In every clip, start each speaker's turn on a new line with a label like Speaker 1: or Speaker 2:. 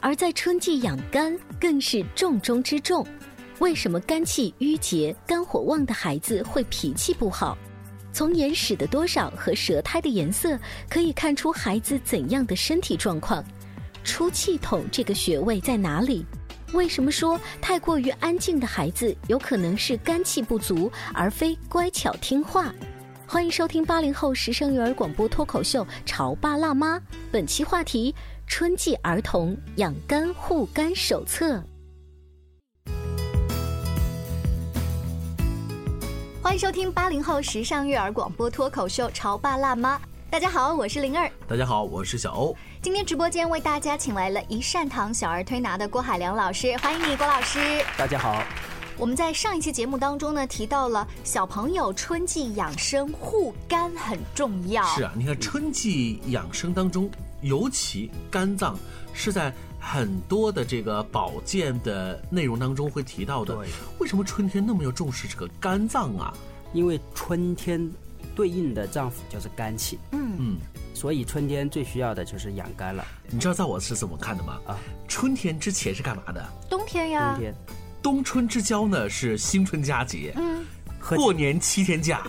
Speaker 1: 而在春季养肝更是重中之重。为什么肝气郁结、肝火旺的孩子会脾气不好？从眼屎的多少和舌苔的颜色可以看出孩子怎样的身体状况。出气筒这个穴位在哪里？为什么说太过于安静的孩子有可能是肝气不足，而非乖巧听话？欢迎收听八零后时尚育儿广播脱口秀《潮爸辣妈》，本期话题：春季儿童养肝护肝手册。
Speaker 2: 欢迎收听八零后时尚育儿广播脱口秀《潮爸辣妈》。大家好，我是灵儿。
Speaker 3: 大家好，我是小欧。
Speaker 2: 今天直播间为大家请来了一善堂小儿推拿的郭海良老师，欢迎你，郭老师。
Speaker 3: 大家好，
Speaker 2: 我们在上一期节目当中呢，提到了小朋友春季养生护肝很重要。
Speaker 3: 是啊，你看春季养生当中，尤其肝脏是在很多的这个保健的内容当中会提到的
Speaker 4: 对。
Speaker 3: 为什么春天那么要重视这个肝脏啊？
Speaker 4: 因为春天对应的脏腑就是肝气，
Speaker 2: 嗯，
Speaker 3: 嗯，
Speaker 4: 所以春天最需要的就是养肝了。
Speaker 3: 你知道在我是怎么看的吗？
Speaker 4: 啊，
Speaker 3: 春天之前是干嘛的？
Speaker 2: 冬天呀
Speaker 4: 冬，天
Speaker 3: 冬春之交呢是新春佳节，
Speaker 2: 嗯，
Speaker 4: 喝
Speaker 3: 过年七天 假，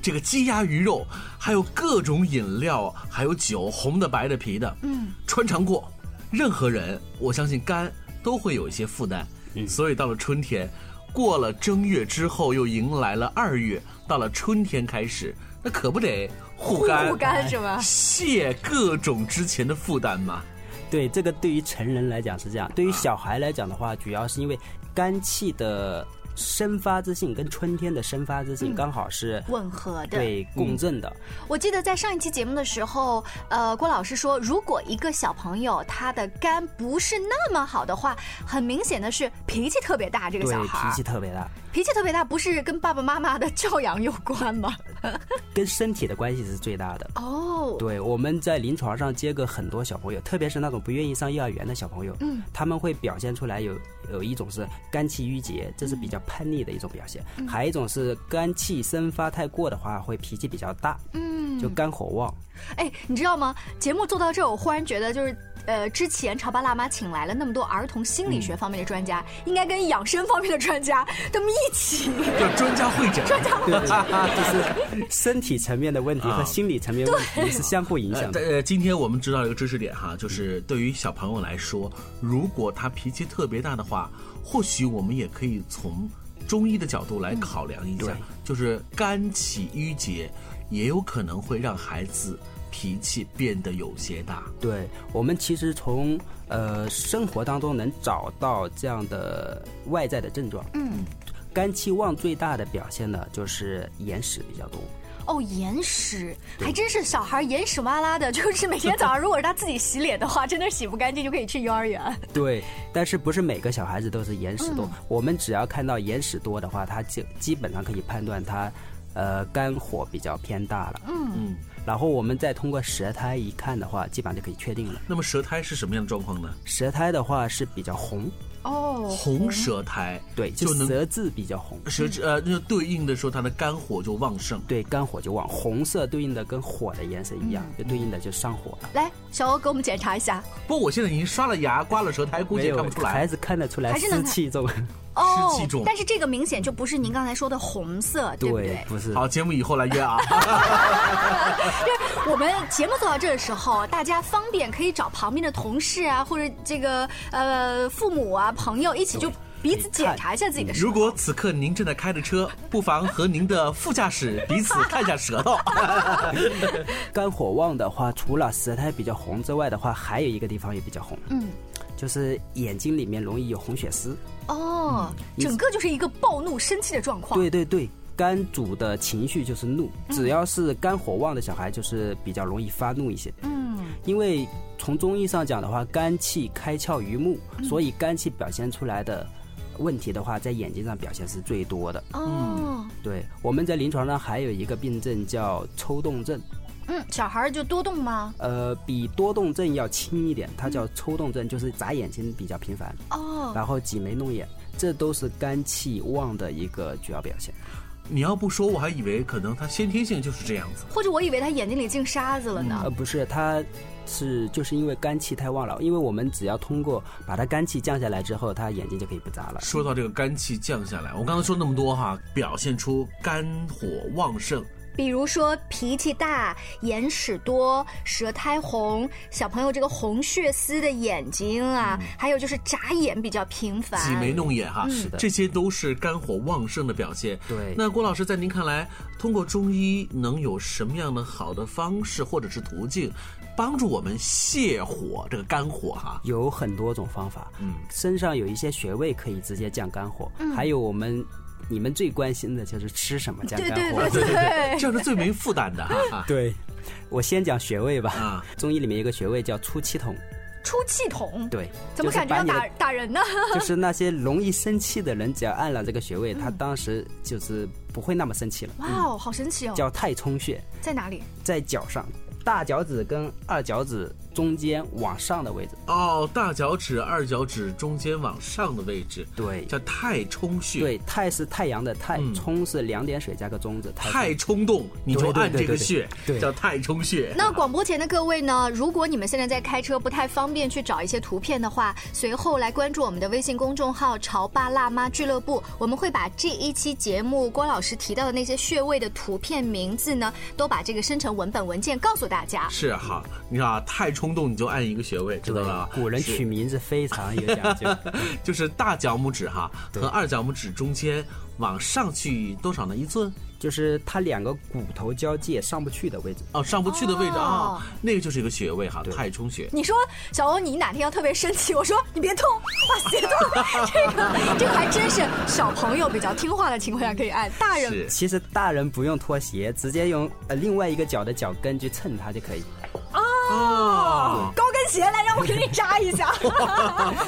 Speaker 3: 这个鸡鸭鱼肉，还有各种饮料，还有酒，红的、白的、啤的，
Speaker 2: 嗯，
Speaker 3: 穿肠过，任何人，我相信肝都会有一些负担，所以到了春天，过了正月之后，又迎来了二月，到了春天开始，那可不得护肝，
Speaker 2: 护肝是吧？
Speaker 3: 卸各种之前的负担嘛。
Speaker 4: 对这个对于成人来讲是这样，对于小孩来讲的话，主要是因为肝气的生发之性跟春天的生发之性刚好是
Speaker 2: 吻合嗯的。嗯
Speaker 4: 对共振的。
Speaker 2: 我记得在上一期节目的时候，呃，郭老师说，如果一个小朋友他的肝不是那么好的话，很明显的是脾气特别大，这个
Speaker 4: 对
Speaker 2: 小孩儿
Speaker 4: 脾气特别大，
Speaker 2: 脾气特别大，不是跟爸爸妈妈的教养有关吗？
Speaker 4: 跟身体的关系是最大的。
Speaker 2: 哦，
Speaker 4: 对，我们在临床上接个很多小朋友，特别是那种不愿意上幼儿园的小朋友，
Speaker 2: 嗯，
Speaker 4: 他们会表现出来有有一种是肝气郁结，这
Speaker 2: 嗯
Speaker 4: 是比较叛逆的一种表现；还有一种是肝气生发太过的话，会脾气比较大，
Speaker 2: 嗯，
Speaker 4: 就肝火旺。
Speaker 2: 哎，你知道吗？节目做到这儿，我忽然觉得就是。呃，之前潮爸辣妈请来了那么多儿童心理学方面的专家，应该跟养生方面的专家他们一起
Speaker 3: 叫专家会诊，专家
Speaker 4: 对对对，就是身体层面的问题和
Speaker 3: 啊
Speaker 4: 心理层面问题是相互影响
Speaker 3: 呃
Speaker 4: 的。
Speaker 3: 呃，今天我们知道一个知识点哈，就是对于小朋友来说，如果他脾气特别大的话，或许我们也可以从中医的角度来考量一下，
Speaker 4: 对
Speaker 3: 就是肝气郁结，也有可能会让孩子脾气变得有些大。
Speaker 4: 对我们其实从呃生活当中能找到这样的外在的症状，
Speaker 2: 嗯，
Speaker 4: 肝气旺最大的表现呢就是眼屎比较多。
Speaker 2: 哦，眼屎还真是小孩眼屎哇啦的， 就是每天早上如果是他自己洗脸的话，真的洗不干净就可以去幼儿园。
Speaker 4: 对，但是不是每个小孩子都是眼屎多？我们只要看到眼屎多的话，他就基本上可以判断他，呃，肝火比较偏大了。
Speaker 3: 嗯，
Speaker 4: 然后我们再通过舌苔一看的话，基本上就可以确定了。
Speaker 3: 那么舌苔是什么样的状况呢？
Speaker 4: 舌苔的话是比较红，
Speaker 2: 哦，
Speaker 3: 红舌苔，
Speaker 4: 对，
Speaker 3: 就
Speaker 4: 就
Speaker 3: 能
Speaker 4: 舌质比较红，
Speaker 3: 舌质呃，那对应的说他的肝火就旺盛。
Speaker 4: 对，肝火就旺。红色对应的跟火的颜色一
Speaker 2: 嗯
Speaker 4: 样，就对应的就上火了。
Speaker 2: 来，小欧给我们检查一下，
Speaker 3: 不过我现在已经刷了牙、刮了舌苔，估计
Speaker 4: 没
Speaker 3: 也
Speaker 4: 有
Speaker 3: 看不出来。
Speaker 4: 孩子看得出来
Speaker 2: 还是能
Speaker 4: 湿
Speaker 2: 看
Speaker 4: 气重，
Speaker 2: 哦
Speaker 3: 湿气重
Speaker 2: 但是这个明显就不是您刚才说的红色，对不对？
Speaker 4: 不是
Speaker 3: 好，节目以后来约啊。
Speaker 2: 就是我们节目做到这的时候，大家方便可以找旁边的同事啊，或者这个呃父母啊、朋友一起就彼此检查一下自己的舌
Speaker 3: 如
Speaker 2: 头。
Speaker 3: 果此刻您正在开着车，不妨和您的副驾驶彼此看一下舌 头。
Speaker 4: 肝火旺的话，除了舌苔比较红之外的话，还有一个地方也比较红，
Speaker 2: 嗯，
Speaker 4: 就是眼睛里面容易有红血丝。
Speaker 2: 哦，
Speaker 3: 嗯
Speaker 2: 整个就是一个暴怒、生气的状况。
Speaker 4: 对对对，肝主的情绪就是怒，
Speaker 2: 嗯
Speaker 4: 只要是肝火旺的小孩，就是比较容易发怒一些。
Speaker 2: 嗯，
Speaker 4: 因为从中医上讲的话，肝气开窍于目，
Speaker 2: 嗯
Speaker 4: 所以肝气表现出来的问题的话，在眼睛上表现是最多的。
Speaker 3: 嗯
Speaker 2: 哦，
Speaker 4: 对，我们在临床上还有一个病症叫抽动症，
Speaker 2: 嗯，小孩儿就多动吗？
Speaker 4: 呃，比多动症要轻一点，它叫抽动症，就是眨眼睛比较频繁，
Speaker 2: 哦，
Speaker 4: 然后挤眉弄眼，这都是肝气旺的一个主要表现。
Speaker 3: 你要不说，我还以为可能他先天性就是这样子。
Speaker 2: 或者我以为他眼睛里进沙子了呢
Speaker 4: 呃，。不是，它是就是因为肝气太旺了，因为我们只要通过把它肝气降下来之后，它眼睛就可以不眨了。
Speaker 3: 说到这个肝气降下来，我刚才说那么多哈，表现出肝火旺盛，
Speaker 2: 比如说脾气大、眼屎多、舌苔红，小朋友这个红血丝的眼睛啊，
Speaker 4: 嗯
Speaker 2: 还有就是眨眼比较频繁。
Speaker 3: 挤眉弄眼哈，
Speaker 4: 是的
Speaker 3: 这些都是肝火旺盛的表现。
Speaker 4: 对
Speaker 3: 那郭老师在您看来，通过中医能有什么样的好的方式或者是途径，帮助我们泻火这个肝火哈？
Speaker 4: 有很多种方法，
Speaker 3: 嗯
Speaker 4: 身上有一些穴位可以直接降肝火，
Speaker 2: 嗯
Speaker 4: 还有我们你们最关心的就是吃什么降
Speaker 2: 对
Speaker 4: 肝
Speaker 2: 对
Speaker 4: 火。
Speaker 2: 对对对，
Speaker 3: 这样是最没负担的 哈。
Speaker 4: 对我先讲穴位吧。
Speaker 3: 啊，
Speaker 4: 中医里面有一个穴位叫出气筒，
Speaker 2: 出气筒，
Speaker 4: 对，
Speaker 2: 怎么
Speaker 4: 就是
Speaker 2: 感觉
Speaker 4: 把
Speaker 2: 要
Speaker 4: 你的
Speaker 2: 打打 人呢？
Speaker 4: 就是那些容易生气的人，只要按了这个穴位，
Speaker 2: 嗯
Speaker 4: 他当时就是不会那么生气了。
Speaker 2: 哇哦，好神奇哦！
Speaker 4: 嗯叫太冲穴，
Speaker 2: 在哪里？
Speaker 4: 在脚上，大脚趾跟二脚趾中间往上的位置。
Speaker 3: 哦，大脚趾、二脚趾中间往上的位置
Speaker 4: 对
Speaker 3: 叫太冲穴。
Speaker 4: 对，太是太阳的太，
Speaker 3: 嗯
Speaker 4: 冲是两点水加个中字。
Speaker 3: 太
Speaker 4: 冲
Speaker 3: 冲动，你就
Speaker 4: 对对
Speaker 3: 按这
Speaker 4: 对
Speaker 3: 个
Speaker 4: 对
Speaker 3: 穴，
Speaker 4: 对
Speaker 3: 叫太冲穴。
Speaker 2: 那广播前的各位呢？如果你们现在在开车不太方便去找一些图片的话，随后来关注我们的微信公众号“潮爸辣妈俱乐部”，我们会把这一期节目郭老师提到的那些穴位的图片名字呢，都把这个生成文本文件告诉大家。
Speaker 3: 是哈，你看啊，太冲动你就按一个穴位，知道了啊。
Speaker 4: 古人
Speaker 3: 是
Speaker 4: 取名字非常有讲 究。
Speaker 3: 就是大脚拇指哈和二脚拇指中间往上去多少呢？一寸
Speaker 4: 就是它两个骨头交界上不去的位置。
Speaker 3: 哦，上不去的位置
Speaker 2: 哦
Speaker 3: 啊、那个就是一个穴位哈，
Speaker 4: 对
Speaker 3: 太冲穴。
Speaker 2: 你说小欧，你哪天要特别生气，我说你别痛，哇别痛， 这个这个还真是小朋友比较听话的情况下可以按，大人
Speaker 3: 是
Speaker 4: 其实大人不用脱鞋，直接用呃另外一个脚的脚跟去蹭它就可以，
Speaker 3: 哦
Speaker 2: 高跟鞋来让我给你扎一下。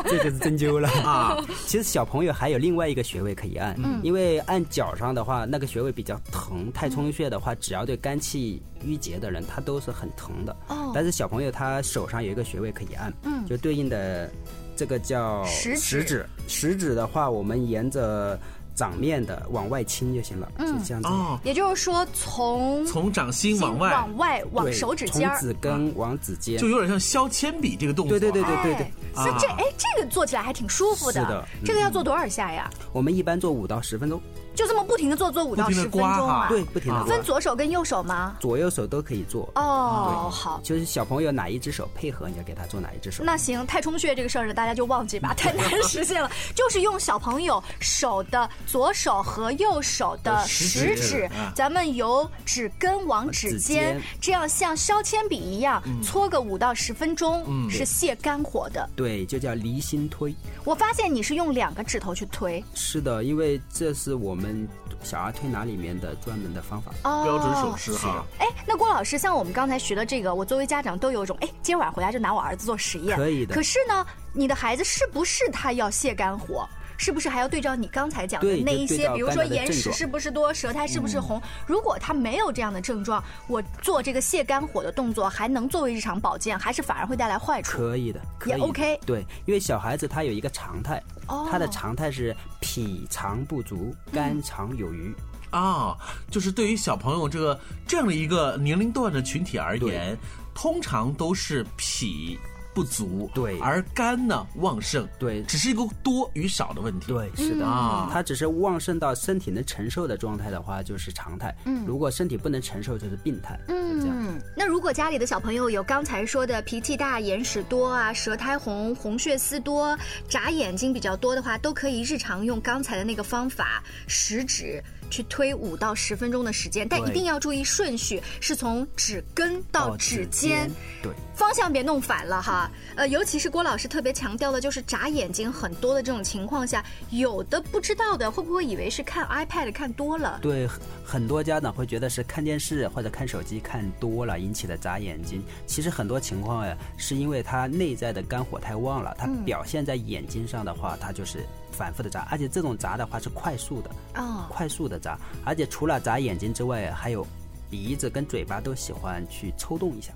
Speaker 4: 这就是针灸了。
Speaker 3: 啊，
Speaker 4: 其实小朋友还有另外一个穴位可以按，
Speaker 2: 嗯
Speaker 4: 因为按脚上的话，那个穴位比较疼。太冲穴的话，只要对肝气郁结的人，他都是很疼的。
Speaker 2: 哦嗯
Speaker 4: 但是小朋友他手上有一个穴位可以按，就对应的这个叫
Speaker 2: 食指
Speaker 4: 食指。食指的话，我们沿着掌面的往外倾就行了，
Speaker 2: 嗯
Speaker 4: 就这样子。
Speaker 3: 哦，
Speaker 2: 也就是说，从
Speaker 3: 从掌心往外，
Speaker 2: 往外往
Speaker 4: 对
Speaker 2: 手指尖儿嗯
Speaker 4: 从。指根往指尖
Speaker 3: 就，有点像削铅笔这个动作
Speaker 4: 对
Speaker 3: 啊。
Speaker 4: 对对对对对
Speaker 2: 哎。像这
Speaker 3: 啊
Speaker 2: 哎，这个做起来还挺舒服的。
Speaker 4: 是的
Speaker 2: 这个要做多少下呀？
Speaker 4: 我们一般做五到十分钟，
Speaker 2: 就这么不停的做，做五到
Speaker 3: 不停
Speaker 2: 十
Speaker 3: 地
Speaker 2: 分钟
Speaker 3: 刮
Speaker 2: 啊
Speaker 3: 哈。
Speaker 4: 对，，不停的
Speaker 2: 分
Speaker 4: 做，
Speaker 2: 左手跟右手吗？
Speaker 4: 左右手都可以做。
Speaker 2: 哦，好。
Speaker 4: 就是小朋友哪一只手配合，你就给他做哪一只手。
Speaker 2: 那行，太冲穴这个事儿呢，大家就忘记吧，太难实现了。就是用小朋友手的左手和右手的食
Speaker 3: 食指
Speaker 2: 指
Speaker 3: 啊，
Speaker 2: 咱们由指根往指
Speaker 4: 指
Speaker 2: 尖
Speaker 4: 尖，
Speaker 2: 这样像削铅笔一样
Speaker 3: 嗯
Speaker 2: 搓个五到十分钟，是泄肝火的。
Speaker 4: 对，就叫离心推。
Speaker 2: 我发现你是用两个指头去推，
Speaker 4: 是的，因为这是我们小儿推拿里面的专门的方法。
Speaker 2: 哦
Speaker 3: 标准手势哈。
Speaker 2: 哎，那郭老师，像我们刚才学的这个，我作为家长都有一种，哎，今晚回家就拿我儿子做实验，
Speaker 4: 可以的
Speaker 2: 可是呢，你的孩子是不是他要泻肝火？是不是还要对照你刚才讲的
Speaker 4: 对
Speaker 2: 那一
Speaker 4: 就对
Speaker 2: 些，
Speaker 4: 照
Speaker 2: 比如
Speaker 4: 肝
Speaker 2: 说
Speaker 4: 的
Speaker 2: 眼
Speaker 4: 症
Speaker 2: 屎
Speaker 4: 状嗯
Speaker 2: 是不是多，舌苔是不是红？如果他没有这样的症状，我做这个泻肝火的动作还能作为日常保健，还是反而会带来坏处？
Speaker 4: 可以的，可以
Speaker 2: 也
Speaker 4: 的
Speaker 2: OK
Speaker 4: 对，因为小孩子他有一个常态，
Speaker 2: 哦嗯
Speaker 4: 他的常态是脾常不足，肝常有余。
Speaker 3: 啊，就是对于小朋友这个这样的一个年龄段的群体而言，通常都是脾不足，
Speaker 4: 对
Speaker 3: 而肝呢旺盛，
Speaker 4: 对
Speaker 3: 只是一个多与少的问题，
Speaker 4: 对，
Speaker 2: 嗯
Speaker 4: 哦是的，
Speaker 3: 啊
Speaker 4: 它只是旺盛到身体能承受的状态的话，就是常态。嗯，如果身体不能承受，就是病态。嗯，这样。
Speaker 2: 嗯，那如果家里的小朋友有刚才说的脾气大、眼屎多啊、舌苔红、红血丝多、眨眼睛比较多的话，都可以日常用刚才的那个方法，食指去推五到十分钟的时间，但
Speaker 4: 对
Speaker 2: 一定要注意顺序，是从指根到
Speaker 4: 到
Speaker 2: 指
Speaker 4: 哦指
Speaker 2: 尖
Speaker 4: 尖。对，
Speaker 2: 方向别弄反了哈，呃，尤其是郭老师特别强调的，就是眨眼睛很多的这种情况下，有的不知道的会不会以为是看 iPad 看多了？
Speaker 4: 对，很很多家长会觉得是看电视或者看手机看多了引起的眨眼睛。其实很多情况呀，是因为他内在的肝火太旺了，它
Speaker 2: 嗯
Speaker 4: 表现在眼睛上的话，它就是反复的眨，而且这种眨的话是快速的，
Speaker 2: 哦，
Speaker 4: 快速的眨，而且除了眨眼睛之外，还有鼻子跟嘴巴都喜欢去抽动一下，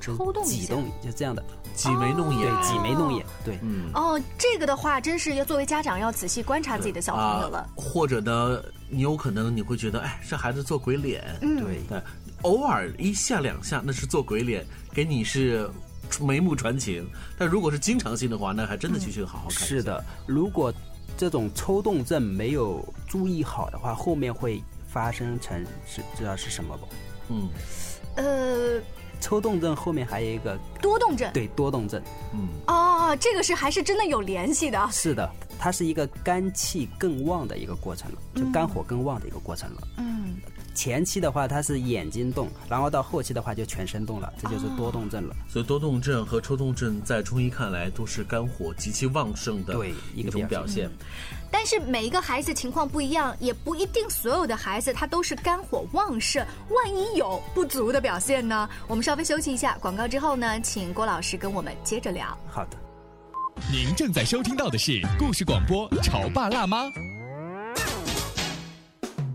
Speaker 4: 就
Speaker 2: 抽动一
Speaker 4: 挤
Speaker 2: 下
Speaker 4: 动，就这样的，
Speaker 3: 挤眉弄眼
Speaker 4: 对，，挤眉弄眼，对，
Speaker 3: 嗯
Speaker 2: 哦，这个的话，真是要作为家长要仔细观察自己的小
Speaker 4: 啊
Speaker 2: 朋友了。
Speaker 3: 啊或者呢，你有可能你会觉得，哎，这孩子做鬼脸，
Speaker 2: 嗯
Speaker 4: 对。
Speaker 3: 对，偶尔一下两下那是做鬼脸，给你是眉目传情，但如果是经常性的话，那还真
Speaker 2: 嗯
Speaker 3: 的就去好好看。
Speaker 4: 是，的，如果这种抽动症没有注意好的话，后面会发生成是知道是什么不？
Speaker 3: 嗯
Speaker 2: 呃，
Speaker 4: 抽动症后面还有一个
Speaker 2: 多动症。
Speaker 4: 对多动症，
Speaker 3: 嗯，
Speaker 2: 哦，这个是还是真的有联系的。啊
Speaker 4: 是的，它是一个肝气更旺的一个过程了，就肝火更旺的一个过程了。
Speaker 2: 嗯，
Speaker 4: 前期的话，它是眼睛动，然后到后期的话就全身动了，这就是多动症了。
Speaker 3: 所以多动症和抽动症在中医看来都是肝火极其旺盛的
Speaker 4: 对
Speaker 3: 一
Speaker 4: 一个
Speaker 3: 种表
Speaker 4: 表
Speaker 3: 现。
Speaker 2: 但是每一个孩子情况不一样，也不一定所有的孩子他都是肝火旺盛。万一有不足的表现呢？我们稍微休息一下，广告之后呢，请郭老师跟我们接着聊。
Speaker 4: 好的，
Speaker 5: 您正在收听到的是故事广播《潮爸辣妈》。
Speaker 1: 《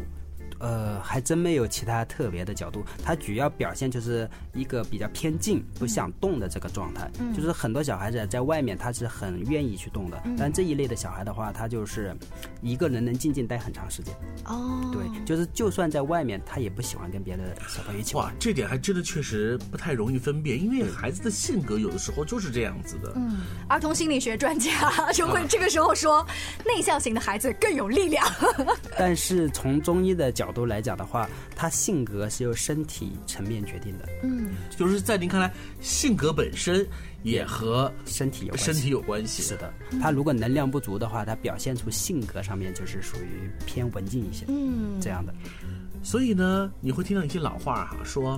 Speaker 4: 呃，还真没有其他特别的角度，它主要表现就是一个比较偏静、不想动的这个状态。就是很多小孩子在外面他是很愿意去动的，但这一类的小孩的话，他就是一个人能静静待很长时间。
Speaker 2: 哦，
Speaker 4: 对，就是就算在外面，他也不喜欢跟别的小朋友一起
Speaker 3: 哇
Speaker 4: 玩。，
Speaker 3: 这点还真的确实不太容易分辨，因为孩子的性格有的时候就是这样子的。
Speaker 2: 儿童心理学 专家就
Speaker 4: 嗯
Speaker 2: 会这个时候说，内向型的孩子更有力量。
Speaker 4: 但是从中医的角度来讲的话，他性格是由身体层面决定的，
Speaker 3: 就是在您看来，性格本身也和
Speaker 4: 身体有关系。
Speaker 3: 身体有关系。
Speaker 4: 是的，他如果能量不足的话，他表现出性格上面就是属于偏文静一些，嗯，这样的。
Speaker 3: 所以呢，你会听到一些老话哈、说，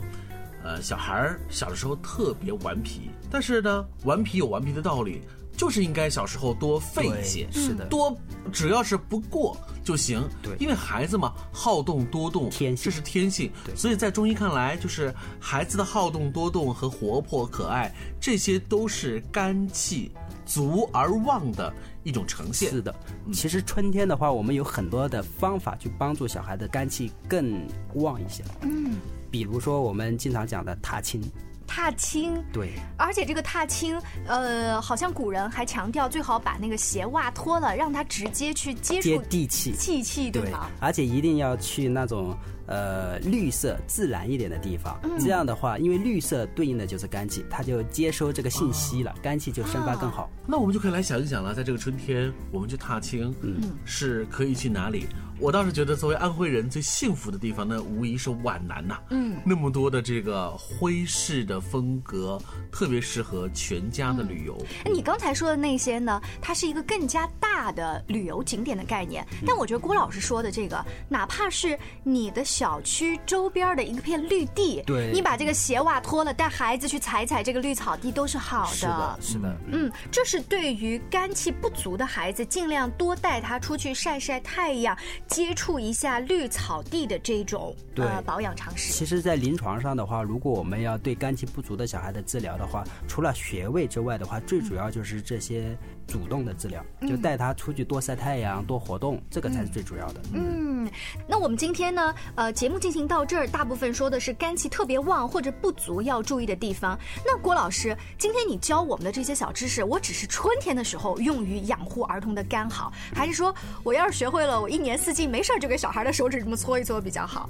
Speaker 3: 呃，小孩儿小的时候特别顽皮，但是呢，顽皮有顽皮的道理，就是应该小时候多费一些，
Speaker 4: 对是的
Speaker 3: 多只要是不过就行，
Speaker 4: 对
Speaker 3: 因为孩子嘛，好动多动，
Speaker 4: 天性
Speaker 3: 这是天性，
Speaker 4: 对
Speaker 3: 所以在中医看来，就是孩子的好动多动和活泼可爱，这些都是肝气足而旺的一种呈现，
Speaker 4: 是的，其实春天的话，我们有很多的方法去帮助小孩的肝气更旺一些。嗯，比如说我们经常讲的 踏青，
Speaker 2: 踏青，
Speaker 4: 对，
Speaker 2: 而且这个踏青，呃，好像古人还强调最好把那个鞋袜脱了，让他直接去接
Speaker 4: 接
Speaker 2: 触
Speaker 4: 地气。
Speaker 2: 气气，对吗？
Speaker 4: 而且一定要去那种呃绿色自然一点的地方，这样的话，因为绿色对应的就是肝气，它就接收这个信息了，肝气就生发更好。
Speaker 3: 那我们就可以来想一想了，在这个春天，我们去踏青，
Speaker 2: 嗯
Speaker 3: 是可以去哪里？我倒是觉得，作为安徽人最幸福的地方呢，无疑是皖南呐、嗯，那么多的这个徽式的风格，特别适合全家的旅游。
Speaker 2: 哎你刚才说的那些呢，它是一个更加大的旅游景点的概念。
Speaker 4: 嗯
Speaker 2: 但我觉得郭老师说的这个，哪怕是你的小区周边的一片绿地，
Speaker 4: 对
Speaker 2: 你把这个鞋袜脱了，带孩子去踩一踩这个绿草地都是好
Speaker 4: 是哦的，是的，
Speaker 2: 嗯，这是对于肝气不足的孩子，尽量多带他出去晒晒太阳，接触一下绿草地的这种
Speaker 4: 对
Speaker 2: 呃保养常识。
Speaker 4: 其实，在临床上的话，如果我们要对肝气不足的小孩的治疗的话，除了穴位之外的话，最主要就是这些主动的治疗，就带他出去多晒太阳、多活动，这个才是最主要的。嗯，
Speaker 2: 那我们今天呢，呃，节目进行到这儿，大部分说的是肝气特别旺或者不足要注意的地方。那郭老师，今天你教我们的这些小知识，我只是春天的时候用于养护儿童的肝好，还是说我要是学会了，我一年四季没事儿就给小孩的手指这么搓一搓比较好？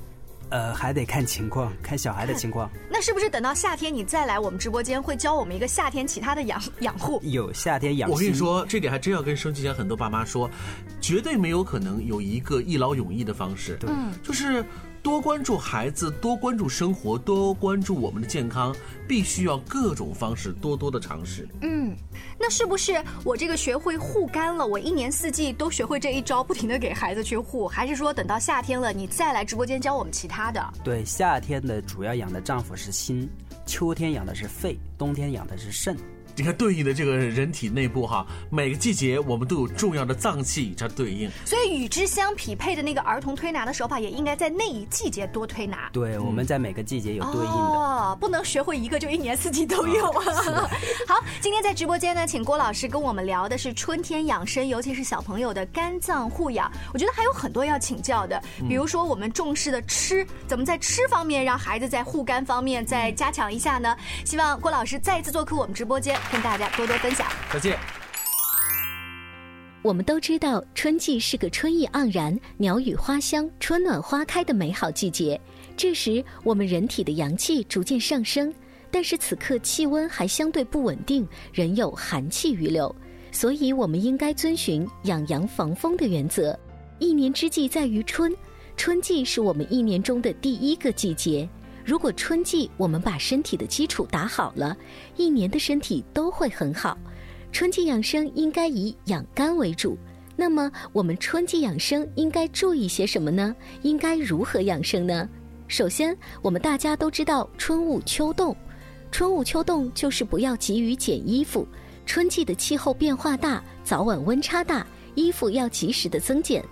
Speaker 4: 呃，还得看情况，看小孩的情况。
Speaker 2: 那是不是等到夏天你再来我们直播间，会教我们一个夏天其他的养养护？
Speaker 4: 有夏天养心，
Speaker 3: 我跟你说，这点还真要跟收机前很多爸妈说，绝对没有可能有一个一劳永逸的方式，对，就是多关注孩子，多关注生活，多关注我们的健康，必须要各种方式多多的尝试。
Speaker 2: 嗯，那是不是我这个学会护肝了？我一年四季都学会这一招，不停的给孩子去护，还是说等到夏天了你再来直播间教我们其他的？
Speaker 4: 对，夏天的主要养的脏腑是心，秋天养的是肺，冬天养的是肾。
Speaker 3: 你看，对应的这个人体内部哈，每个季节我们都有重要的脏器与它对应。
Speaker 2: 所以与之相匹配的那个儿童推拿的手法，也应该在那一季节多推拿。
Speaker 4: 对，我们在每个季节有对应的。
Speaker 2: 哦，不能学会一个就一年四季 都有。好，今天在直播间呢，请郭老师跟我们聊的是春天养生，尤其是小朋友的肝脏护养。我觉得还有很多要请教的，
Speaker 4: 嗯
Speaker 2: 比如说我们重视的吃，怎么在吃方面让孩子在护肝方面再加强一下呢？希望郭老师再一次做客我们直播间，跟大家多多分享。
Speaker 3: 再见。
Speaker 1: 我们都知道，春季是个春意盎然、鸟语花香、春暖花开的美好季节。这时，我们人体的阳气逐渐上升，但是此刻气温还相对不稳定，仍有寒气余留，所以我们应该遵循养阳防风的原则。一年之计在于春，春季是我们一年中的第一个季节。如果春季我们把身体的基础打好了，一年的身体都会很好。春季养生应该以养肝为主。那么，我们春季养生应该注意些什么呢？应该如何养生呢？首先，我们大家都知道春捂秋冻，春捂秋冻就是不要急于减衣服。春季的气候变化大，早晚温差大，衣服要及时的增减。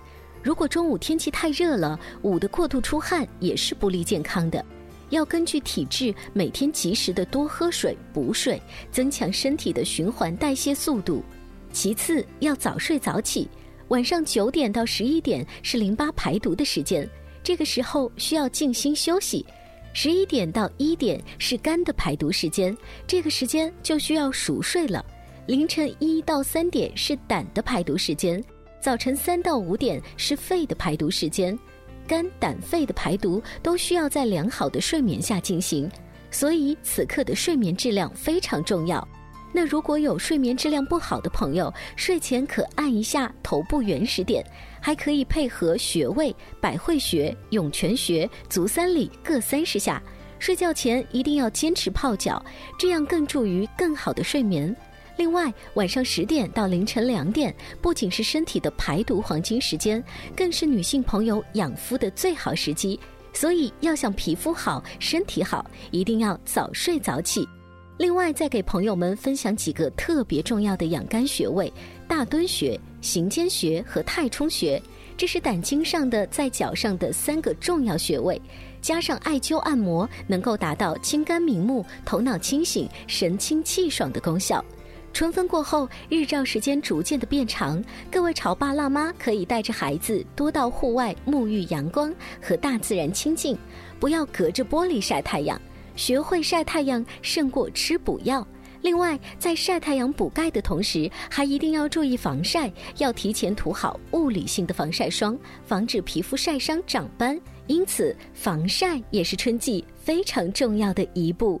Speaker 1: 如果中午天气太热了，捂得过度出汗也是不利健康的。要根据体质，每天及时的多喝水、补水，增强身体的循环代谢速度。其次，要早睡早起，晚上九点到十一点是淋巴排毒的时间，这个时候需要静心休息。十一点到一点是肝的排毒时间，这个时间就需要熟睡了。凌晨一到三点是胆的排毒时间，早晨三到五点是肺的排毒时间。肝、胆、肺的排毒都需要在良好的睡眠下进行，所以此刻的睡眠质量非常重要。那如果有睡眠质量不好的朋友，睡前可按一下头部原始点，还可以配合穴位百会穴、涌泉穴、足三里各三十下。睡觉前一定要坚持泡脚，这样更助于更好的睡眠。另外，晚上十点到凌晨两点，不仅是身体的排毒黄金时间，更是女性朋友养肤的最好时机。所以，要想皮肤好、身体好，一定要早睡早起。另外，再给朋友们分享几个特别重要的养肝穴位：大敦穴、行间穴和太冲穴。这是胆经上的在脚上的三个重要穴位，加上艾灸按摩，能够达到清肝明目、头脑清醒、神清气爽的功效。春分过后，日照时间逐渐的变长，各位潮爸辣妈可以带着孩子多到户外沐浴阳光和大自然亲近，不要隔着玻璃晒太阳，学会晒太阳胜过吃补药。另外，在晒太阳补钙的同时，还一定要注意防晒，要提前涂好物理性的防晒霜，防止皮肤晒伤长斑。因此，防晒也是春季非常重要的一步。